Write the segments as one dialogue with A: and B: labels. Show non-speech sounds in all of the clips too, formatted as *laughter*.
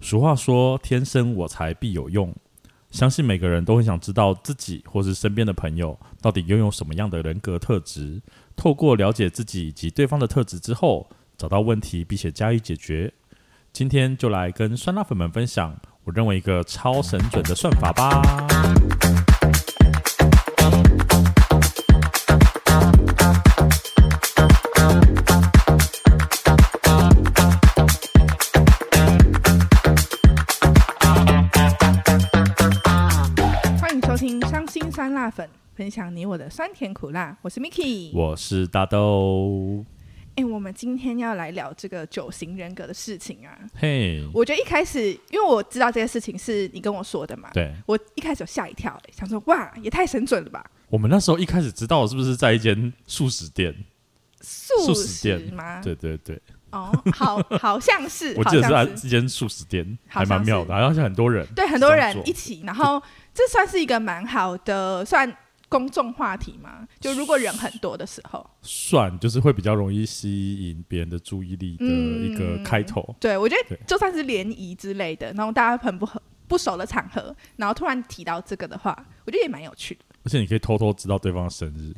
A: 俗话说“天生我材必有用”，相信每个人都很想知道自己或是身边的朋友到底拥有什么样的人格特质。透过了解自己以及对方的特质之后，找到问题并且加以解决。今天就来跟酸辣粉们分享我认为一个超神准的算法吧。
B: 欢迎收听《伤心酸辣粉》，分享你我的酸甜苦辣。我是 Miki。
A: 我是大豆，
B: 哎、我们今天要来聊这个九型人格的事情啊。
A: 嘿，
B: 我觉得一开始，因为我知道这件事情是你跟我说的嘛，
A: 对
B: 我一开始有吓一跳、哎想说哇，也太神准了吧，
A: 我们那时候一开始知道是不是在一间素食店？
B: 素
A: 食店
B: 吗？
A: 对对对，
B: 哦，好，好像是，
A: *laughs* 我
B: 好
A: 记得是在
B: 像是，
A: 一间素食店，
B: 好
A: 还
B: 像
A: 蛮妙的，好像是很多人。
B: 对，很多人
A: 这样做
B: 一起，然后这算是一个蛮好的，算公众话题嘛。就如果人很多的时候，
A: 算就是会比较容易吸引别人的注意力的一个开头。
B: 对，我觉得
A: 对
B: 就算是联谊之类的，然后大家很不合不熟的场合，然后突然提到这个的话，我觉得也蛮有趣的。
A: 而且你可以偷偷知道对方的生日。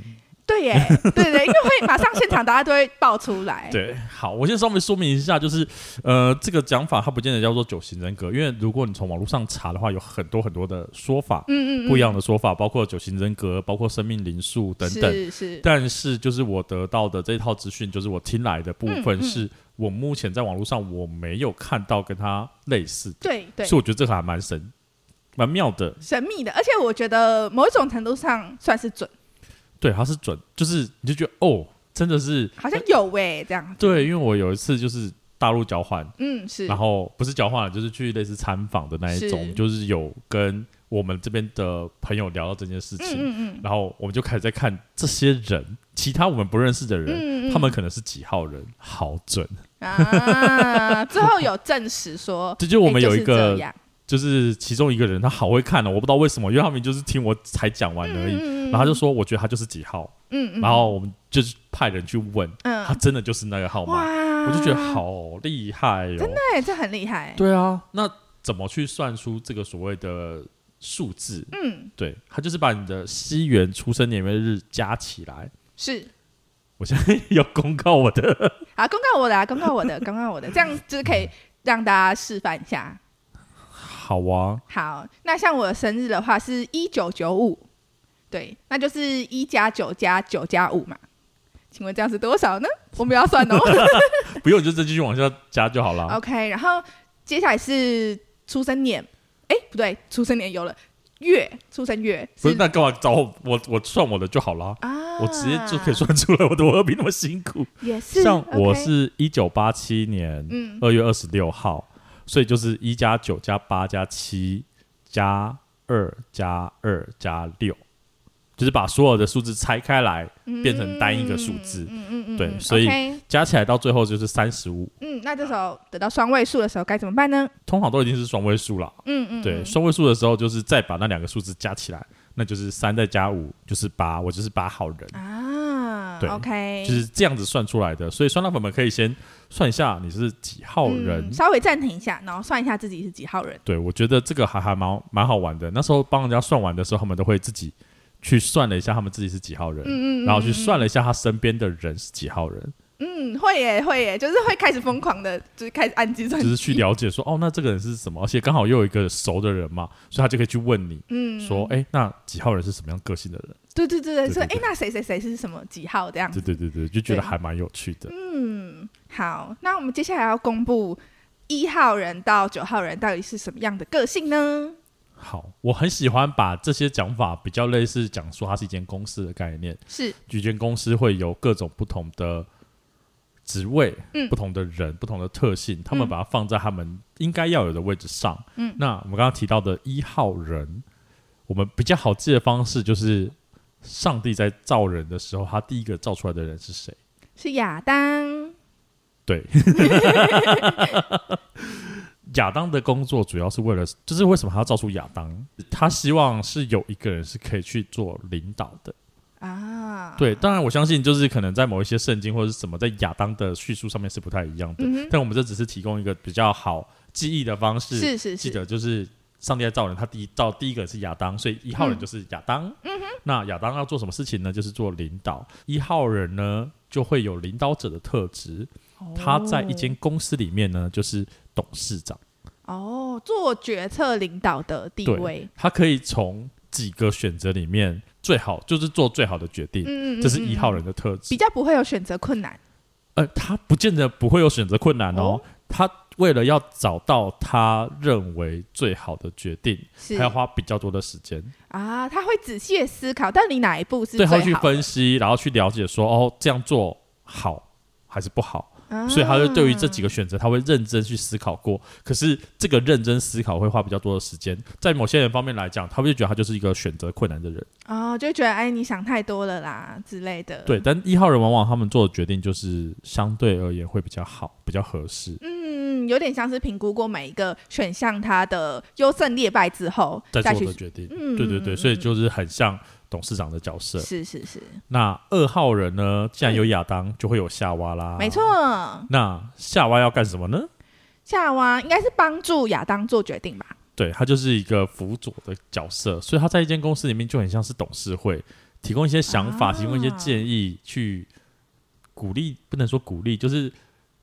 B: 对
A: *laughs*
B: 耶，对对，因为会马上现场大家都会爆出来。
A: 对，好，我先稍微说明一下，就是呃，这个讲法它不见得叫做九型人格，因为如果你从网络上查的话，有很多很多的说法，
B: 嗯，嗯嗯，
A: 不一样的说法，包括九型人格，包括生命灵数等等。
B: 是是，
A: 但是，就是我得到的这套资讯，就是我听来的部
B: 嗯
A: 分，
B: 嗯
A: 是我目前在网络上我没有看到跟它类似的，
B: 对对
A: 所以，我觉得这个还蛮神、蛮妙的。
B: 神秘的，而且我觉得某一种程度上算是准，
A: 对，它是准，就是你就觉得哦，真的是
B: 好像有哎，这样。
A: 对，因为我有一次就是大陆交换，
B: 嗯，是
A: 然后不是交换，就是去类似参访的那一种，
B: 是
A: 就是有跟我们这边的朋友聊到这件事
B: 嗯
A: 情，
B: 嗯嗯
A: 然后我们就开始在看这些人，其他我们不认识的人，
B: 嗯，嗯
A: 他们可能是几号人，好准。，
B: 啊，之后有证实说
A: 这就是 *laughs* 我们
B: 哎
A: 有
B: 就
A: 一
B: 是这
A: 个，
B: 样
A: 就是其中一个人，他好会看哦，我不知道为什么，因为他们就是听我才讲完而已，
B: 嗯嗯嗯
A: 然后他就说，我觉得他就是几号，
B: 嗯嗯，
A: 然后我们就是派人去问，他
B: 嗯，
A: 真的就是那个号码，
B: 哇，
A: 我就觉得
B: 啊
A: 好厉害哦，
B: 对，这很厉害，
A: 对啊，那怎么去算出这个所谓的数字？
B: 嗯，
A: 对，它就是把你的西元出生年月日加起来。 *laughs*
B: 是。
A: 我现在要公告我的，
B: 好，公告我的、啊，公告我的，公告我的，这样就是可以让大家示范一下。
A: 好啊，
B: 好，那像我的生日的话是一九九五，对，那就是一加九加九加五嘛。请问这样是多少呢？我们要
A: *laughs*
B: 算哦。
A: 不用你就再继续往下加就好了。
B: OK，然后接下来是出生年，哎，不对，出生年有了月，出生月
A: 不是，那干嘛找我？我我算我的就好啦。
B: 啊，
A: 我直接就可以，算出来我的，我何必那么辛苦？
B: 也是，
A: 像我
B: OK，
A: 是一九八七年
B: 嗯，
A: 二月二十六号，所以就是一加九加八加七加二加二加六，就是把所有的数字拆开来，变成单一个数字
B: 嗯嗯嗯，
A: 对
B: 嗯
A: 所以
B: OK，
A: 加起来到最后就是三十五，
B: 嗯，那这时候得到双位数的时候该怎么办呢？
A: 通常都已经是双位数了。
B: 嗯嗯，
A: 对，
B: 嗯
A: 双位数的时候就是再把那两个数字加起来，那就是三再加五就是八，我就是八号
B: 哎
A: 人，
B: 啊，
A: 对
B: o k
A: 就是这样子算出来的。所以酸辣粉们可以先算一下你是几号人。
B: 嗯稍微暂停一下，然后算一下自己是几号人。
A: 对，我觉得这个还还蛮蛮好玩的。那时候帮人家算完的时候，他们都会自己去算了一下他们自己是几号人，
B: 嗯嗯嗯
A: 然后去算了一下他身边的人是几号人，
B: 嗯，会耶，会耶，就是会开始疯狂的，就是开始按计算
A: 就
B: 机，
A: 是去了解说，哦，那这个人是什么，而且刚好又有一个熟的人嘛，所以他就可以去问你。
B: 嗯，
A: 说，哎、那几号人是什么样个性的人？
B: 对对对
A: 对
B: 对，
A: 对
B: 说，
A: 对
B: 哎，那谁谁谁是什么几号这样
A: 对
B: 子？
A: 对对对，就觉得
B: 对
A: 还蛮有趣的。
B: 嗯，好，那我们接下来要公布一号人到九号人到底是什么样的个性呢？
A: 好，我很喜欢把这些讲法比较类似讲说它是一间公司的概念，
B: 是，
A: 一间公司会有各种不同的职位、
B: 嗯
A: 不同的人、不同的特性，他们
B: 嗯
A: 把它放在他们应该要有的位置上。
B: 嗯
A: 那我们刚刚提到的一号人，我们比较好记的方式就是，上帝在造人的时候，他第一个造出来的人是谁？
B: 是亚当，
A: 对，亚当的工作主要是为了，就是为什么他要造出亚当？他希望是有一个人是可以去做领导的。
B: 啊，
A: 对，当然我相信，就是可能在某一些圣经或者是什么，在亚当的叙述上面是不太一样的。
B: 嗯哼，
A: 但我们这只是提供一个比较好记忆的方式，
B: 是是
A: 记
B: 是，
A: 得就是上帝在造人，他第一造第一个是亚当，所以一
B: 嗯
A: 号人就是亚当。那亚当要做什么事情呢？就是做领导。一号人呢就会有领导者的特质，他在一间公司里面呢就是董事长，
B: 哦哦做决策领导的地
A: 对
B: 位，
A: 他可以从几个选择里面最好就是做最好的决定，
B: 嗯，嗯
A: 这是一号，
B: 嗯嗯
A: 人的特
B: 比
A: 质。
B: 较不会有选择困难。
A: 呃，他不见得不会有选择困难哦，
B: 哦
A: 他为了要找到他认为最好的决定，
B: 是
A: 他要花比较多的时间。
B: 啊，他会仔细的思考，到底哪一步是
A: 对
B: 最
A: 他
B: 好
A: 去
B: 的，
A: 分析，然后去了解说哦这样做好还是不好，
B: 啊
A: 所以他就对于这几个选择他会认真去思考过。可是这个认真思考会花比较多的时间，在某些人方面来讲，他会觉得他就是一个选择困难的人。
B: 哦，就觉得哎，你想太多了啦之类的。
A: 对，，但一号人往往他们做的决定就是相对而言会比较好，比较合适。
B: 嗯，有点像是评估过每一个选项它的优胜劣败之后
A: 在
B: 再
A: 做
B: 去
A: 的。决定，
B: 嗯
A: 对对对，
B: 嗯
A: 所以就是很像董事长的角色。
B: 是是是，
A: 那二号人呢，既然有亚当，就会有夏娃啦。
B: 没。错。
A: 那夏娃要干什么呢？
B: 夏娃应该是帮助亚当做决定吧？
A: 对，他就是一个辅佐的角色，所以他在一间公司里面就很像是董事会，提供一些想法，
B: 啊
A: 提供一些建议，去鼓励，不能说鼓励，就是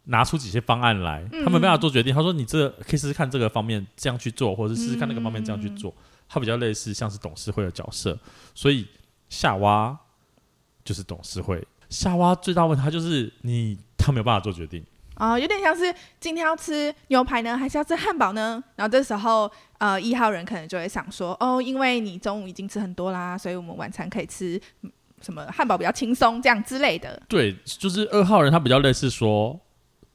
A: 拿出几些方案来。
B: 嗯
A: 他没办法做决定，他说你这个可以试试看这个方面这样去做，或者是试试看那个方面这
B: 嗯
A: 样去做。他比较类似像是董事会的角色，所以夏娃就是董事会。夏娃最大问题，他就是你他没有办法做决定。
B: 啊、有点像是今天要吃牛排呢，还是要吃汉堡呢？然后这时候，呃，一号人可能就会想说，哦，因为你中午已经吃很多啦，所以我们晚餐可以吃嗯什么汉堡比较轻松，这样之类的
A: 对，就是二号人，他比较类似说，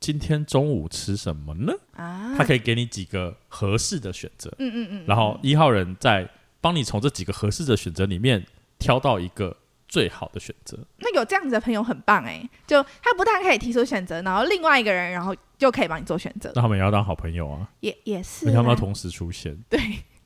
A: 今天中午吃什么呢？
B: 啊。
A: 他可以给你几个合适的选择，
B: 嗯嗯嗯，
A: 然后一号人再帮你从这几个合适的选择里面挑到一个最好的选择。
B: 那有这样子的朋友很棒哎、就他不但可以提出选择，然后另外一个人，然后就可以帮你做选择，
A: 那他们也要当好朋友啊，
B: 也也是
A: 而且他们要
B: 啊
A: 同时出现，
B: 对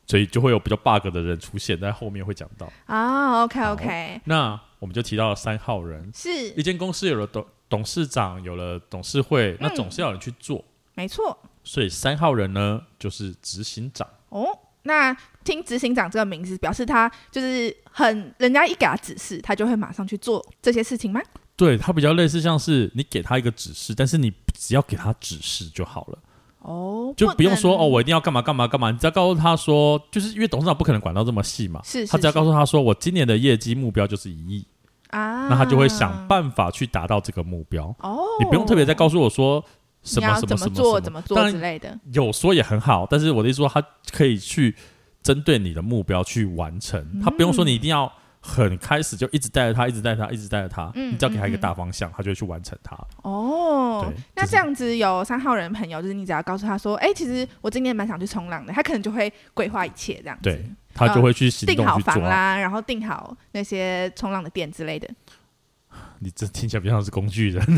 A: 所以就会有比较 bug 的人出现，在后面会讲到。
B: 啊。OK OK，
A: 那我们就提到了三号人，
B: 是
A: 一间公司有了董董事长，有了董事会，那总是要有人去做，
B: 没错
A: 所以三号人呢就是执行长。
B: 哦。那听执行长这个名字，表示他就是很人家一给他指示，他就会马上去做这些事情吗？
A: 对他比较类似，像是你给他一个指示，但是你只要给他指示就好了。
B: 哦，
A: 就不用
B: 能
A: 说哦，，我一定要干嘛干嘛干嘛，你只要告诉他说，就是因为董事长不可能管到这么细嘛，
B: 是是
A: 他只要
B: 是
A: 告诉他说，我今年的业绩目标就是一亿，
B: 啊，
A: 那他就会想办法去达到这个目标。
B: 哦，
A: 你不用特别再告诉我说什
B: 你要
A: 么什么
B: 怎
A: 什么
B: 做
A: 什
B: 怎么
A: 当
B: 做之
A: 然
B: 类的
A: 有说也很好，但是我的意思说，他可以去针对你的目标去完成，他不用说你一定要。很开始就一直带着他，一直带着他，一直带着他。
B: 嗯
A: 你只要给他一个
B: 嗯嗯
A: 大方向，他就会去完成它。
B: 哦
A: 对。
B: 那
A: 就是
B: 这样子有三号人的朋友，就是你只要告诉他说，哎、其实我今年蛮想去冲浪的，他可能就会规划一切这样子。呃
A: 对，他就会去行
B: 订
A: 动
B: 好
A: 去
B: 房
A: 做啊。
B: 啦，然后订好那些冲浪的店之类的。
A: 你这听起来比较像是工具人， *laughs*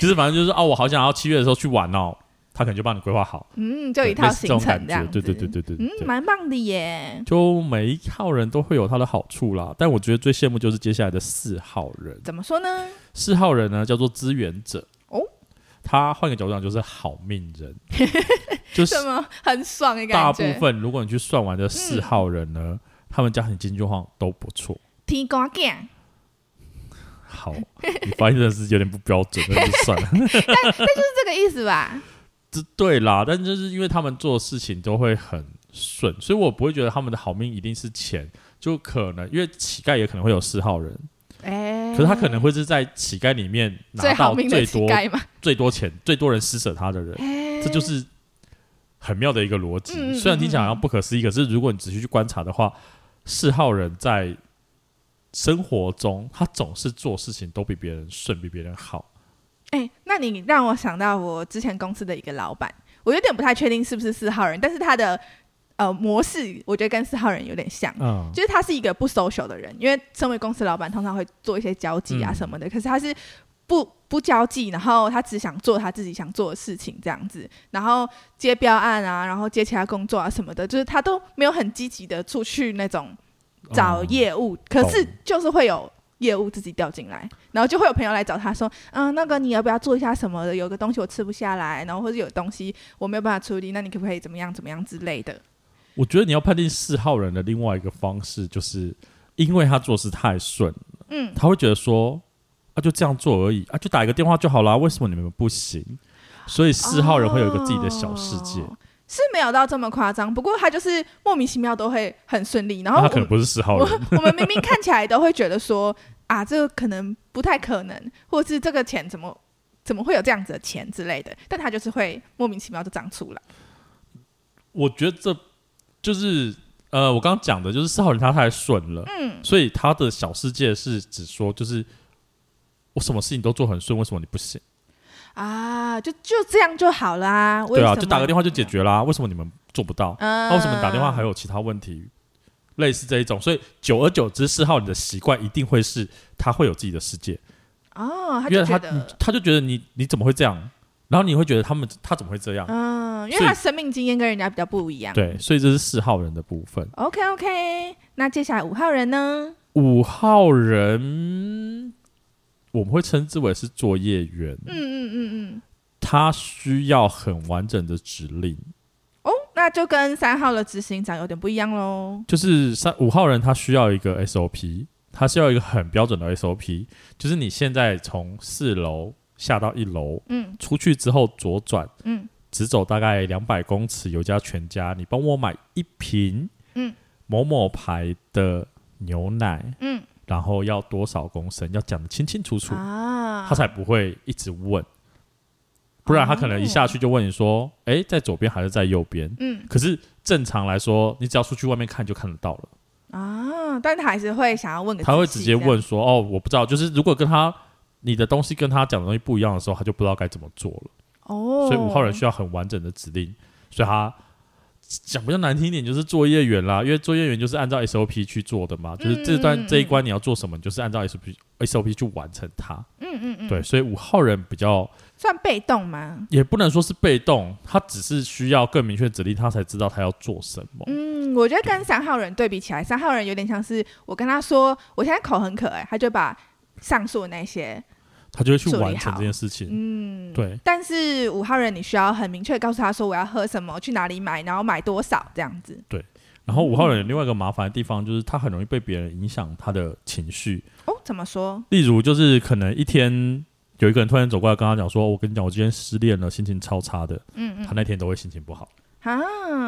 A: 就是反正就是哦，我好想要七月的时候去玩哦，他可能就帮你规划好，
B: 嗯，就有一
A: 类
B: 套
A: 似这
B: 行
A: 种感
B: 程这
A: 觉
B: 样，子。
A: 对对对对对对
B: 嗯，蛮棒的耶。
A: 就每一号人都会有他的好处啦，但我觉得最羡慕就是接下来的四号人，
B: 怎么说呢？
A: 四号人呢叫做支援者
B: 哦，
A: 他换个角度讲就是好命人，
B: *laughs*
A: 就是
B: 这么很爽的
A: 大
B: 感
A: 部
B: 觉。嗯
A: 分如果你去算完的四号人呢，他们家庭经济状况都不错，
B: 提瓜干，
A: 好，你发现真的是有点不标准，那就算了。
B: 是这个意思吧？
A: *laughs* 这对啦，但就是因为他们做的事情都会很顺，所以我不会觉得他们的好命一定是钱，就可能因为乞丐也可能会有四号人，
B: 哎、
A: 可是他可能会是在乞丐里面拿
B: 最好
A: 到
B: 命的
A: 最
B: 乞
A: 多
B: 丐嘛。
A: 最多钱、最多人施舍他的人，
B: 哎
A: 这就是很妙的一个逻辑。
B: 嗯嗯嗯
A: 虽然听起来好像不可思议，可是如果你仔细去观察的话，四号人在生活中他总是做事情都比别人顺，比别人好。
B: 哎、那你让我想到我之前公司的一个老板，我有点不太确定是不是四号人，但是他的呃模式，我觉得跟四号人有点像。
A: 嗯，
B: 就是他是一个不 social 的人，因为身为公司老板，通常会做一些交际啊
A: 嗯
B: 什么的，可是他是不不交际，然后他只想做他自己想做的事情这样子，然后接标案啊，然后接其他工作啊什么的，就是他都没有很积极的出去那种找
A: 嗯
B: 业务，可是
A: 懂
B: 就是会有业务自己调进来，然后就会有朋友来找他说，嗯，那个你要不要做一下什么的？有个东西我吃不下来，然后或者有东西我没有办法处理，那你可不可以怎么样怎么样之类的？
A: 我觉得你要判定四号人的另外一个方式，就是因为他做事太顺，
B: 嗯，
A: 他会觉得说啊就这样做而已啊，就打一个电话就好啦，为什么你们不行？所以四号人会有一个自己的小世界，
B: 哦是没有到这么夸张，不过他就是莫名其妙都会很顺利，然
A: 那
B: 后
A: 他
B: 我
A: 可能不是四号
B: 我
A: 人，
B: 我们明明看起来都会觉得说啊，这个可能不太可能，或是这个钱怎么怎么会有这样子的钱之类的，但他就是会莫名其妙就长出来。
A: 我觉得这就是呃，我刚刚讲的就是四号人他太顺了，
B: 嗯，
A: 所以他的小世界是指说就是我什么事情都做很顺，为什么你不行？
B: 啊，就就这样就好啦。
A: 对啊，就打个电话就解
B: 决。
A: 决啦，为什么你们做不到？
B: 嗯
A: 那、为什么打电话还有其他问题？类似这一种，所以久而久之，四号你的习惯一定会是他会有自己的世界，
B: 哦，他
A: 因
B: 就
A: 为
B: 觉
A: 他嗯
B: 得，
A: 他就觉得你你怎么会这样，然后你会觉得他们他怎么会这样？
B: 嗯，因
A: 所
B: 为
A: 以
B: 他生命经验跟人家比较不一样。
A: 对，所以这是四号人的部分。
B: ，OK OK，那接下来五号人呢？
A: 五号人，我们会称之为是作业员，
B: 嗯嗯嗯嗯，
A: 他需要很完整的指令，
B: 哦，那就跟三号的执行长有点不一样喽。
A: 就是三五号人他需要一个 SOP，他需要一个很标准的 SOP，就是你现在从四楼下到一楼，
B: 嗯
A: 出去之后左转，
B: 嗯，
A: 直走大概两百公尺有一家全家，你帮我买一瓶，
B: 嗯，
A: 某某牌的牛奶，
B: 嗯
A: 然后要多少公升，要讲得清清楚楚，
B: 啊
A: 他，才不会一直问，不然他可能一下去就问你说，诶，在左边还是在右边？
B: 嗯
A: 可是正常来说，你只要出去外面看就看得到了。
B: 啊，但他还哎是会想要问个，
A: 他会直接问，说：“哦，我不知道。”就是如果跟他你的东西跟他讲的东西不一样的时候，他就不知道该怎么做了。
B: 哦，
A: 所以五号人需要很完整的指令，所以他讲比较难听一点，就是作业员啦，因为作业员就是按照 SOP 去做的嘛，就是这段、
B: 嗯嗯
A: 这一关你要做什么，你就是按照 SOP SOP 去完成它。
B: 嗯嗯嗯，
A: 对，所以五号人比较
B: 算被动吗？
A: 也不能说是被动，他只是需要更明确的指令，他才知道他要做什么。
B: 嗯，我觉得跟三号人对比起来，三号人有点像是我跟他说我现在口很渴、欸，他就把上述的那些，
A: 他就会去
B: 处理
A: 完成
B: 好
A: 这件事情。
B: 嗯，。
A: 对，
B: 但是五号人你需要很明确地告诉他说我要喝什么，去哪里买，然后买多少这样子。
A: 然后五号人有另外一个麻烦的地方就是，他很容易被别人影响他的情绪。
B: 哦，怎么说？
A: 例如，就是可能一天有一个人突然走过来跟他讲说：“哦我跟你讲，我今天失恋了，心情超差的。”
B: 嗯
A: 他那天都会心情不好。
B: 啊，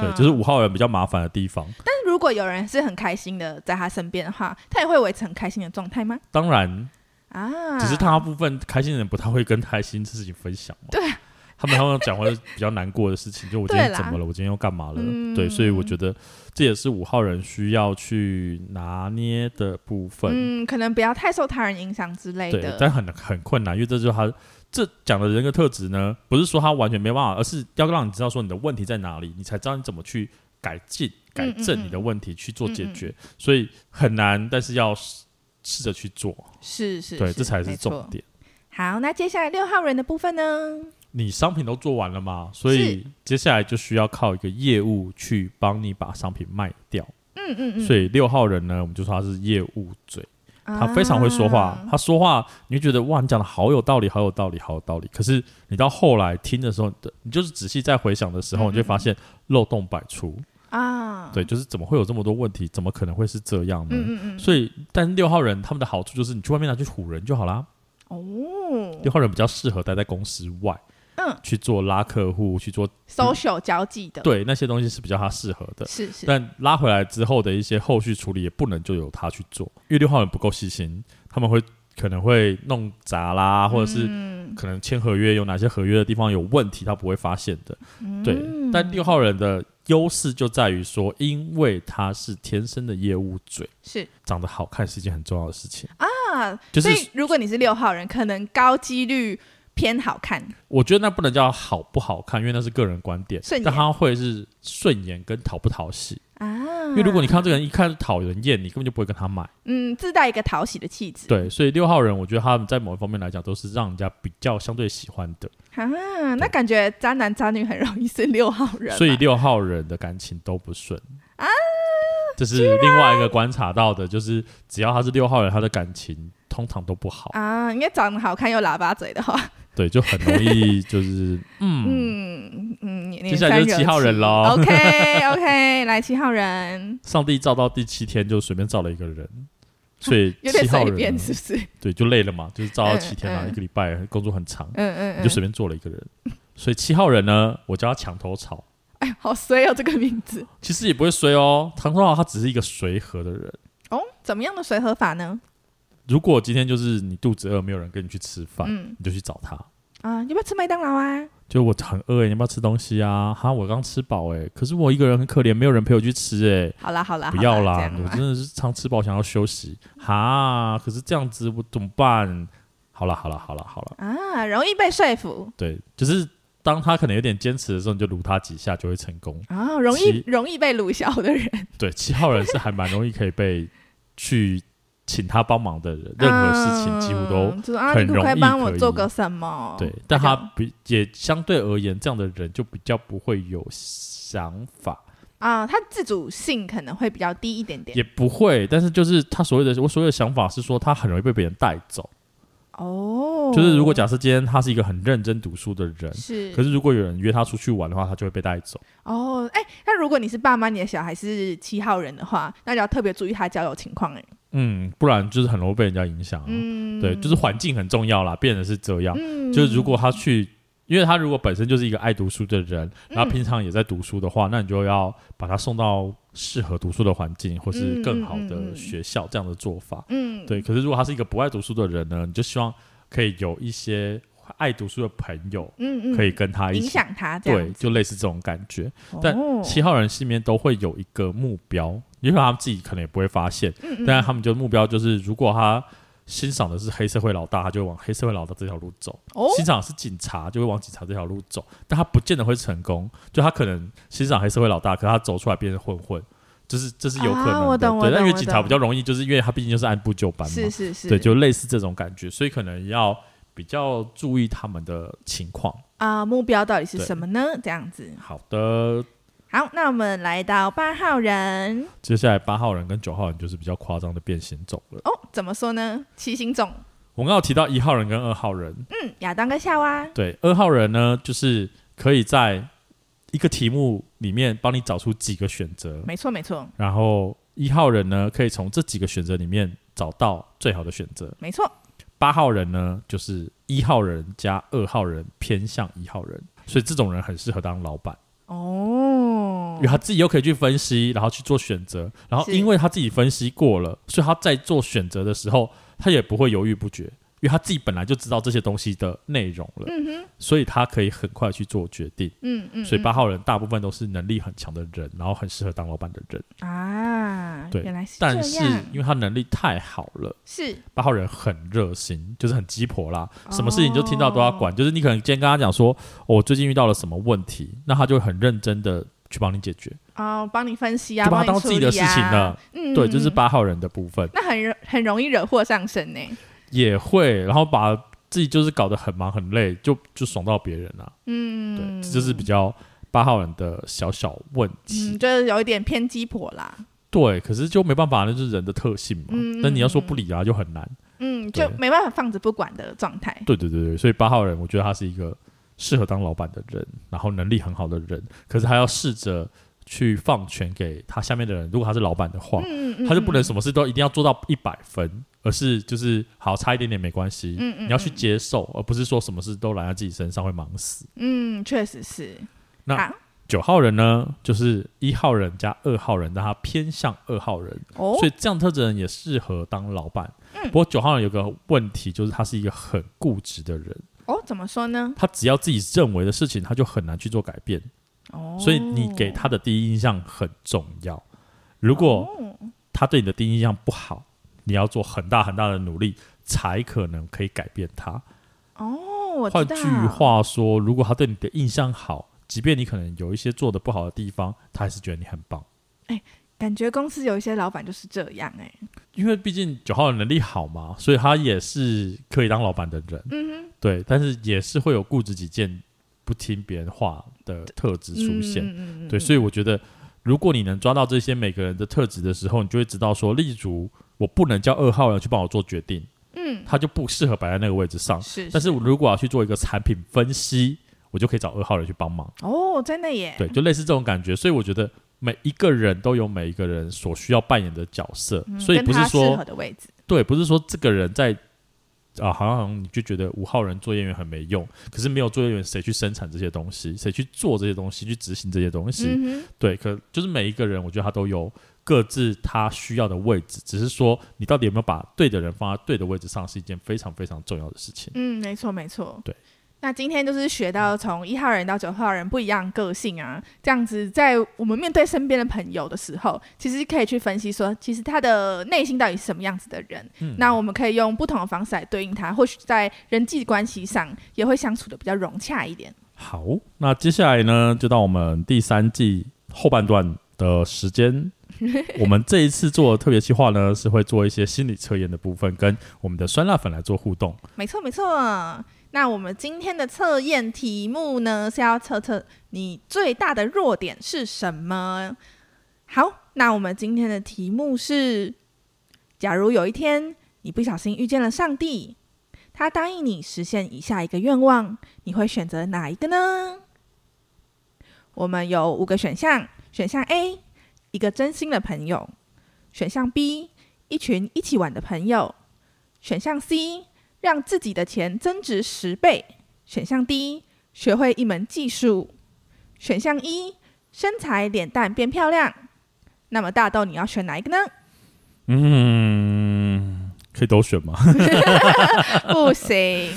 A: 对，这是五号人比较麻烦的地方。
B: 但是如果有人是很开心的在他身边的话，他也会维持很开心的状态吗？
A: 当然，
B: 啊，
A: 只是大部分开心的人不太会跟开心的事情分享嘛。对。他们他们讲会比较难过的事情，就我今天
B: 对啦
A: 怎么了，我今天又干嘛了？
B: 嗯
A: 对，所以我觉得这也是五号人需要去拿捏的部分。
B: 嗯，可能不要太受他人影响之类
A: 对
B: 的，。
A: 但很很困难，因为这就是他这讲的人格特质呢，不是说他完全没办法，而是要让你知道说你的问题在哪里，你才知道你怎么去改进、
B: 嗯
A: 改正你的问题，去做解决。所以很难，但是要试试着去做，
B: 是是，
A: 对，这才
B: 没
A: 是
B: 错
A: 重点。
B: 好，那接下来六号人的部分呢？
A: 你商品都做完了嘛，所以接下来就需要靠一个业务去帮你把商品卖掉。
B: 嗯嗯嗯，
A: 所以六号人呢，我们就说他是业务嘴。
B: 啊
A: 他非常会说话，他说话你会觉得哇，你讲的好有道理，好有道理，好有道理。可是你到后来听的时候，你就是仔细再回想的时候，
B: 嗯嗯
A: 你就会发现漏洞百出。
B: 啊，
A: 对，就是怎么会有这么多问题？怎么可能会是这样呢？
B: 嗯嗯嗯，
A: 所以，但六号人他们的好处就是，你去外面拿去唬人就好啦。
B: 哦
A: 六号人比较适合待在公司外，
B: 嗯，
A: 去做拉客户，去做
B: ，social 交际的，，
A: 嗯对那些东西是比较他适合的。
B: 是是，
A: 但拉回来之后的一些后续处理也不能就由他去做，因为六号人不够细心，他们会可能会弄砸啦，或者是
B: 嗯
A: 可能签合约有哪些合约的地方有问题，他不会发现的。
B: 嗯
A: 对，但六号人的优势就在于说，因为他是天生的业务嘴，
B: 是
A: 长得好看是一件很重要的事情。
B: 啊，
A: 就是
B: 所以如果你是六号人，可能高几率偏好看，
A: 我觉得那不能叫好不好看，因为那是个人观点
B: 顺，眼
A: 但他会是顺眼跟讨不讨喜。
B: 啊，
A: 因为如果你看到这个人一看就讨人厌，你根本就不会跟他买。
B: 嗯自带一个讨喜的气质，
A: 对，所以六号人，我觉得他们在某一方面来讲都是让人家比较相对喜欢的，
B: 啊，那感觉渣男渣女很容易是六号人吧，啊
A: 所以六号人的感情都不顺
B: 啊
A: 啊。这是另外一个观察到的，就是只要他是六号人，他的感情通常都不好，
B: 啊，因为长得好看又喇叭嘴的话，
A: 对，就很容易
B: *laughs*
A: 就是嗯。
B: 嗯嗯，你
A: 接下来就是七号人喽
B: OK
A: *laughs*
B: OK，来七号人，
A: 上帝造到第七天就随便造了一个人，所以
B: *laughs* 有点
A: 七号
B: 随
A: 人
B: 便是不是？
A: 对就累了嘛，就是造到七天嘛，
B: 嗯嗯
A: 一个礼拜工作很长，
B: 嗯嗯
A: 你
B: 嗯，
A: 就随便做了一个人。所以七号人呢，我叫他墙头草，
B: 哎，好衰哦，这个名字
A: 其实也不会衰哦。墙头草他只是一个随和的人。
B: 哦，怎么样的随和法呢？
A: 如果今天就是你肚子饿，没有人跟你去吃饭，
B: 嗯
A: 你就去找他，
B: 啊，要不要吃麦当劳啊？
A: 就我很饿、欸，你要不要吃东西啊？哈，我刚吃饱哎、可是我一个人很可怜，没有人陪我去吃哎、
B: 好啦好啦，
A: 不要
B: 好
A: 啦
B: 啦，啊这
A: 我
B: 样
A: 真的是常吃饱想要休息哈，可是这样子我怎么办？好啦好啦好啦好啦，
B: 啊，容易被说服
A: 对，就是当他可能有点坚持的时候，你就撸他几下就会成功。
B: 啊，容易
A: 其
B: 容易被鲁小的人，
A: 对，七号人是还蛮容易可以被去请他帮忙的人，任何事情几乎都
B: 嗯就是啊，
A: 很
B: 你可不可
A: 容
B: 以
A: 易
B: 帮我
A: 可以
B: 做个什么？
A: 对，但他
B: 哦这样
A: 比也相对而言，这样的人就比较不会有想法，
B: 啊，他自主性可能会比较低一点点
A: 也不会。但是就是他所谓的我所有的想法是说，他很容易被别人带走。
B: 哦。
A: 就是如果假设今天他是一个很认真读书的人，
B: 是，
A: 可是如果有人约他出去玩的话，他就会被带走。
B: 哦，哎、那如果你是爸妈，你的小孩是七号人的话，那就要特别注意他交友情况哎、
A: 嗯，不然就是很容易被人家影响、啊。
B: 嗯，
A: 对，就是环境很重要啦，变得是这样。
B: 嗯
A: 就是如果他去，因为他如果本身就是一个爱读书的人，
B: 嗯
A: 然后平常也在读书的话，那你就要把他送到适合读书的环境，或是更好
B: 嗯嗯嗯
A: 的
B: 嗯
A: 学校这样的做法。
B: 嗯，
A: 对，可是如果他是一个不爱读书的人呢，你就希望可以有一些爱读书的朋友
B: 嗯嗯，
A: 可以跟他一
B: 影
A: 起。
B: 响他这
A: 对
B: 样，子。
A: 就类似这种感觉。但
B: 哦
A: 七号人心里面都会有一个目标，因为他们自己可能也不会发现，
B: 嗯
A: 但
B: 嗯
A: 是他们就目标就是，如果他欣赏的是黑社会老大，他就往黑社会老大这条路走。
B: 哦，
A: 欣赏是警察，就会往警察这条路走，但他不见得会成功。就他可能欣赏黑社会老大，可他走出来变成混混，就是这是有可能的。
B: 啊我懂我
A: 对，但因为
B: 懂
A: 警
B: 我
A: 察
B: 懂
A: 比较容易，就是因为他毕竟就是按部就班嘛。
B: 是是是，
A: 对，就类似这种感觉，所以可能要比较注意他们的情况。
B: 啊、目标到底是
A: 对
B: 什么呢？这样子。
A: 好的，
B: 好，那我们来到八号人
A: 接下来八号人跟九号人就是比较夸张的变形种了。
B: 哦，怎么说呢？骑行种，
A: 我刚刚有提到一号人跟二号
B: *laughs*
A: 人，
B: 嗯，亚当跟夏娃，
A: 对，二号人呢，就是可以在一个题目里面帮你找出几个选择，
B: 没错没错
A: 然后一号人呢，可以从这几个选择里面找到最好的选择。
B: 没错，
A: 八号人呢，就是一号人加二号人偏向一号人，所以这种人很适合当老板，
B: 哦
A: 因为，他自己又可以去分析，然后去做选择，然后
B: 是
A: 因为他自己分析过了，所以他在做选择的时候，他也不会犹豫不决，因为他自己本来就知道这些东西的内容了，
B: 嗯哼，
A: 所以他可以很快去做决定。
B: 嗯嗯，
A: 所以
B: 嗯
A: 八号人大部分都是能力很强的人，然后很适合当老板的人，
B: 啊，
A: 对
B: 原来是这
A: 但是
B: 样，
A: 因为他能力太好了。
B: 是
A: 八号人很热心，就是很鸡婆啦，
B: 哦
A: 什么事情就听到都要管。就是你可能今天跟他讲说，哦我最近遇到了什么问题，那他就会很认真的去帮你解决，
B: 哦，帮你分析啊，
A: 就把
B: 帮
A: 它当自己的事情
B: 呢。
A: 了。
B: 嗯，
A: 对，就是
B: 嗯
A: 八号人的部分
B: 那很容很容易惹祸上身呢。
A: 也会，然后把自己就是搞得很忙很累，就就爽到别人啦。对，
B: 嗯，
A: 这就是比较八号人的小小问题。
B: 嗯，就是有一点偏鸡婆啦。
A: 对，可是就没办法，那就是人的特性嘛。
B: 嗯
A: 但你要说不理啊，就很难。
B: 嗯，就
A: 对
B: 没办法放着不管的状态。
A: 对对对对，所以八号人，我觉得他是一个适合当老板的人，然后能力很好的人，可是他要试着去放权给他下面的人。如果他是老板的话，
B: 嗯嗯，
A: 他就不能
B: 嗯
A: 什么事都一定要做到一百分，而是就是好差一点点没关系，
B: 嗯嗯
A: 你要去接受，而不是说什么事都揽在自己身上会忙死。
B: 嗯，确实是。
A: 那
B: 好
A: 九号人呢，就是一号人加二号人，但他偏向二号人，
B: 哦，
A: 所以这样特质的人也适合当老板。
B: 嗯
A: 不过九号人有个问题，就是他是一个很固执的人。
B: 哦，怎么说呢？
A: 他只要自己认为的事情，他就很难去做改变。
B: 哦，
A: 所以你给他的第一印象很重要。如果
B: 哦
A: 他对你的第一印象不好，你要做很大很大的努力，才可能可以改变他。
B: 哦，我
A: 换
B: 知道
A: 句，话说，如果他对你的印象好，即便你可能有一些做的不好的地方，他还是觉得你很棒。
B: 感觉公司有一些老板就是这样哎。
A: 因为毕竟九号的能力好嘛，所以他也是可以当老板的人，
B: 嗯哼，
A: 对，但是也是会有固执己见、不听别人话的特质出现。
B: 嗯
A: 对，所以我觉得，如果你能抓到这些每个人的特质的时候，你就会知道说，例如我不能叫二号人去帮我做决定，
B: 以嗯，
A: 它就不适合摆在那个位置上。
B: 是，
A: 但是我如果要去做一个产品分析，我就可以找二号人去帮忙。
B: 哦，真的耶，
A: 对，就类似这种感觉。所以我觉得每一个人都有每一个人所需要扮演的角色，
B: 嗯，
A: 所以
B: 跟
A: 不是
B: 他适合
A: 说
B: 的位置，
A: 对，不是说这个人在啊，好像好像你就觉得五号人作业员很没用，可是没有作业员谁去生产这些东西，谁去做这些东西，去执行这些东西？
B: 嗯哼，
A: 对，可就是每一个人，我觉得他都有各自他需要的位置，只是说你到底有没有把对的人放在对的位置上，是一件非常非常重要的事情。
B: 嗯，没错没错，
A: 对。嗯
B: 那今天就是学到从一号人到九号人不一样的个性啊，这样子在我们面对身边的朋友的时候，其实可以去分析说，其实他的内心到底是什么样子的人。
A: 嗯
B: 那我们可以用不同的方式来对应他，或许在人际关系上也会相处的比较融洽一点。
A: 好，那接下来呢，就到我们第三季后半段的时
B: *laughs*
A: 间。我们这一次做的特别计划呢，是会做一些心理测验的部分，跟我们的酸辣粉来做互动。
B: 没错，没错。那我们今天的测验题目呢，是要测测你最大的弱点是什么。好，那我们今天的题目是：假如有一天你不小心遇见了上帝，他答应你实现以下一个愿望，你会选择哪一个呢？我们有五个选项：选项 A，一个真心的朋友；选项 B，一群一起玩的朋友；选项 C，让自己的钱增值十倍。选项 D，学会一门技术。选项一，身材脸蛋变漂亮。那么大豆，你要选哪
A: *laughs*
B: 一个呢？
A: 嗯，可以都选吗？ *laughs*
B: 不行，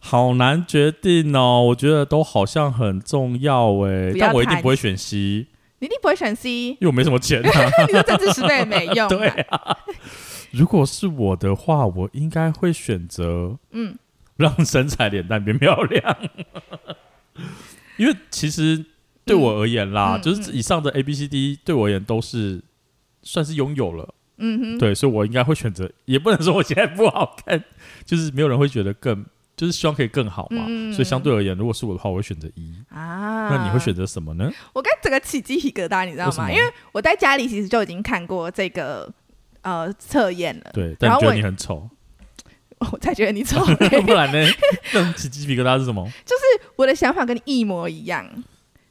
A: 好难决定哦，我觉得都好像很重要诶，
B: 不要
A: 但我一定
B: 谈
A: 不会选 C，
B: 你一定不会选 C，
A: 因为我没什么钱啊。
B: 你的增值十倍也没
A: *laughs*
B: 用、
A: 对，啊，如果是我的话，我应该会选择
B: 嗯，
A: 让身材脸蛋变漂亮，
B: *laughs*
A: 因为其实对我而言啦，
B: 嗯嗯
A: 就是以上的 A B C D 对我而言都是算是拥有了，
B: 嗯哼，
A: 对，所以我应该会选择，也不能说我现在不好看，就是没有人会觉得更，就是希望可以更好嘛，
B: 嗯嗯嗯
A: 所以相对而言，如果是我的话，我会选择一、
B: 啊，
A: 那你会选？择什么呢？
B: 我刚才整个起鸡皮疙瘩，你知道
A: 为什
B: 吗？
A: 么
B: 因为我在家里其实就已经看过这个呃测验了，
A: 对，但
B: 然
A: 你
B: 后
A: 觉
B: 我
A: 得你很
B: *laughs*
A: 丑，
B: 我才觉得你丑。
A: 不然呢？那种起鸡皮疙瘩是什么？
B: 我的想法跟你一模一样，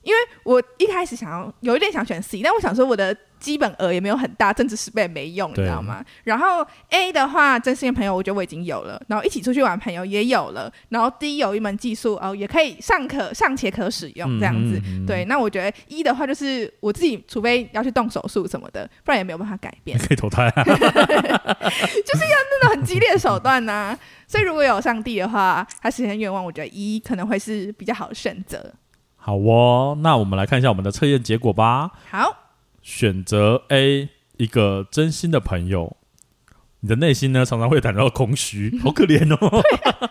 B: 因为我一开始想要有一点想选 C，但我想说我的基本额也没有很大，政治十倍也没用，你
A: 对
B: 知道吗？然后 A 的话，真心的朋友我觉得我已经有了，然后一起出去玩的朋友也有了，然后 D 有一门技术哦，也可以尚可尚且可使用这样子。
A: 嗯哼嗯哼
B: 对，那我觉得一的话就是我自己，除非要去动手术什么的，不然也没有办法改变
A: 你。可以投胎啊！
B: 那种很激烈的手段呢、啊所以如果有上帝的话，他实现愿望，我觉得一可能会是比较好的选择。
A: 好哦，那我们来看一下我们的测验结果吧。
B: 好，
A: 选择 A 一个真心的朋友，你的内心呢常常会感到空虚，好可怜哦。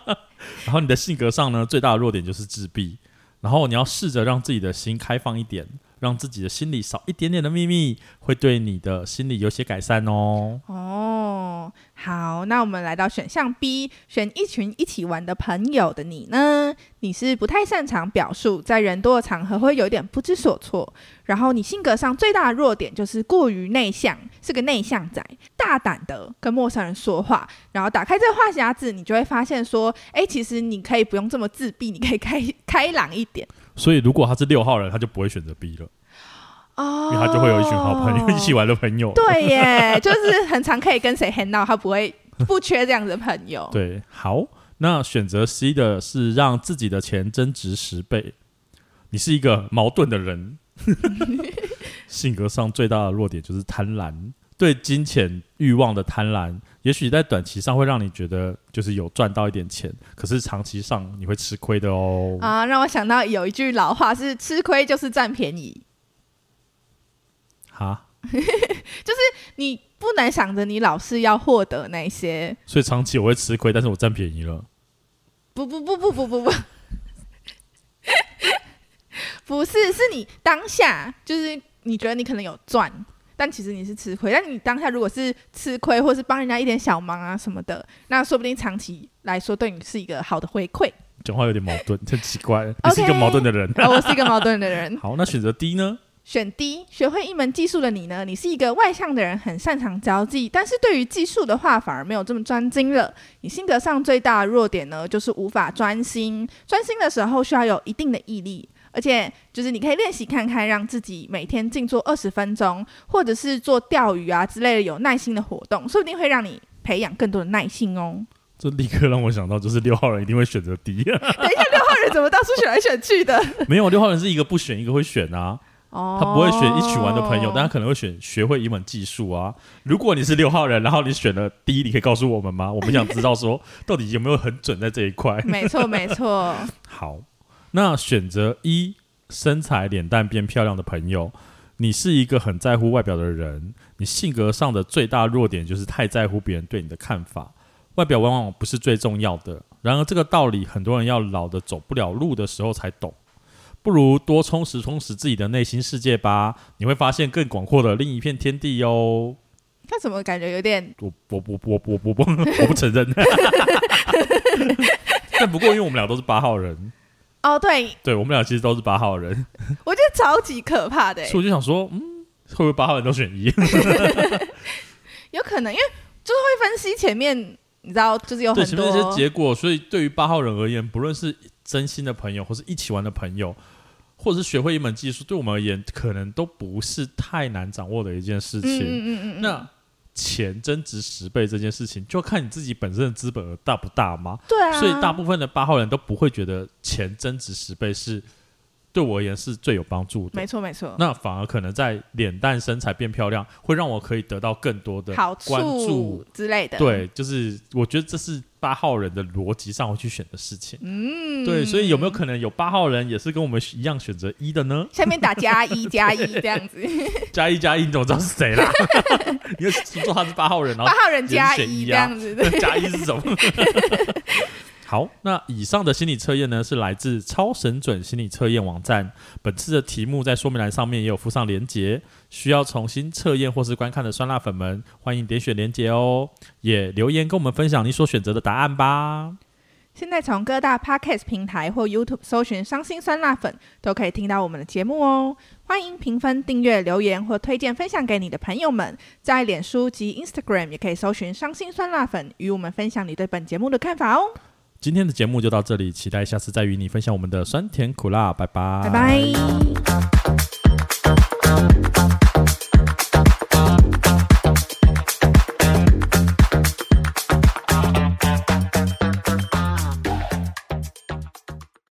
A: *laughs* 然后你的性格上呢，最大的弱点就是自闭。然后你要试着让自己的心开放一点，让自己的心里少一点点的秘密，会对你的心理有些改善哦。
B: 哦，好，那我们来到选项 B，选一群一起玩的朋友的你呢？你是不太擅长表述，在人多的场合会有点不知所措。然后你性格上最大的弱点就是过于内向，是个内向仔，大胆的跟陌生人说话。然后打开这个话匣子，你就会发现说，哎，其实你可以不用这么自闭，你可以开 *laughs* 开朗一点。
A: 所以如果他是六号人，他就不会选择 B 了，
B: 哦
A: 因为他就会有一群好朋友、一起
B: 玩。
A: 玩的朋友。
B: 哦对耶，就是很常可以跟谁 hang out，他不会不缺这样子的朋友。
A: 对，好，那选择 C 的是让自己的钱增值十倍。你是一个矛盾的
B: *laughs*
A: 人，性格上最大的弱点就是贪婪，对金钱欲望的贪婪，也许在短期上会让你觉得就是有赚到一点钱，可是长期上你会吃亏的哦。
B: 啊，让我想到有一句老话是“吃亏就是占便宜
A: 哈，”，
B: 你不能想着你老是要获得那些，
A: 所以长期我会吃亏，但是我占便宜了。
B: 不不不不不不不，不是，是你当下就是你觉得你可能有赚，但其实你是吃亏，但你当下如果是吃亏或是帮人家一点小忙啊什么的，那说不定长期来说对你是一个好的回馈。 *laughs*
A: 讲话有点矛盾，很奇怪，你是一个
B: OK
A: 矛盾的人。
B: 啊，我是一个矛盾的人，
A: 好，那选择 D 呢？
B: 选 D，学会一门技术的你呢，你是一个外向的人，很擅长交际，但是对于技术的话反而没有这么专精了。你性格上最大的弱点呢，就是无法专心。专心的时候需要有一定的毅力，而且就是你可以练习看看，让自己每天静坐二十分钟，或者是做钓鱼啊之类的有耐心的活动，说不定会让你培养更多的耐性哦。
A: 这立刻让我想到，就是六号人一定会选择 D。
B: 等一下，六号人怎么到处选来选去的？
A: *laughs* 没有，六号人是一个不选一个会选啊，
B: 哦
A: 他不会选一起玩的朋友，但他可能会选学会一门技术啊。如果你是六号人，然后你选了 D，你可以告诉我们吗？我们想知道说到底有没有很准在这一块。
B: 没错，没错。
A: 好，那选择一，身材脸蛋变漂亮的朋友，你是一个很在乎外表的人，你性格上的最大弱点就是太在乎别人对你的看法，外表往往不是最重要的。然而这个道理，很多人要老的走不了路的时候才懂。不如多充实充实自己的内心世界吧，你会发现更广阔的另一片天地哟。
B: 他怎么感觉有点
A: 我我我我我我不我不承认， *laughs* 但不过因为我们俩都是八号人，
B: 哦？对，
A: 对我们俩其实都是八号人，
B: 我觉得超级可怕的欸、
A: 所以我就想说，嗯，会不会八号人都选
B: *laughs*
A: 一？
B: 有可能因为就是会分析前面，你知道，就是有
A: 对，
B: 很
A: 前面那些
B: 多
A: 结果，所以对于八号人而言，不论是真心的朋友，或是一起玩的朋友，或者是学会一门技术，对我们而言，可能都不是太难掌握的一件事
B: 嗯嗯
A: 情。
B: 嗯嗯嗯，
A: 那钱增值十倍这件事情，就看你自己本身的资本额大不大嘛。
B: 对啊，
A: 所以大部分的八号人都不会觉得钱增值十倍是对我而言是最有帮助的
B: 没。错没错，
A: 那反而可能在脸蛋、身材变漂亮，会让我可以得到更多的
B: 好
A: 关注
B: 处。之类的，，
A: 对，就是我觉得这是八号人的逻辑上会去选的事情。
B: 嗯，
A: 对，所以有没有可能有八号人也是跟我们一样选择一的呢？
B: 下面打加一加一这样
A: *laughs*
B: 子，
A: 加一加一，你怎么知道是
B: *laughs*
A: 谁啦？ *laughs* 你要说他是八号人，然
B: 八
A: 后
B: 号人加
A: 也是选一
B: 一这
A: 啊
B: 样子
A: *laughs*
B: *laughs* 的，
A: 加一是什么？好，那以上的心理测验呢，是来自超神准心理测验网站。本次的题目在说明栏上面也有附上连结，需要重新测验或是观看的酸辣粉们，欢迎点选连结哦，也留言跟我们分享你所选择的答案吧。
B: 现在从各大 podcast 平台或 YouTube 搜寻“伤心酸辣粉”，都可以听到我们的节目哦。欢迎评分、订阅、留言或推荐分享给你的朋友们。在脸书及 Instagram 也可以搜寻“伤心酸辣粉”，与我们分享你对本节目的看法哦。
A: 今天的节目就到这里，期待下次再与你分享我们的酸甜苦辣，拜拜，
B: 拜拜。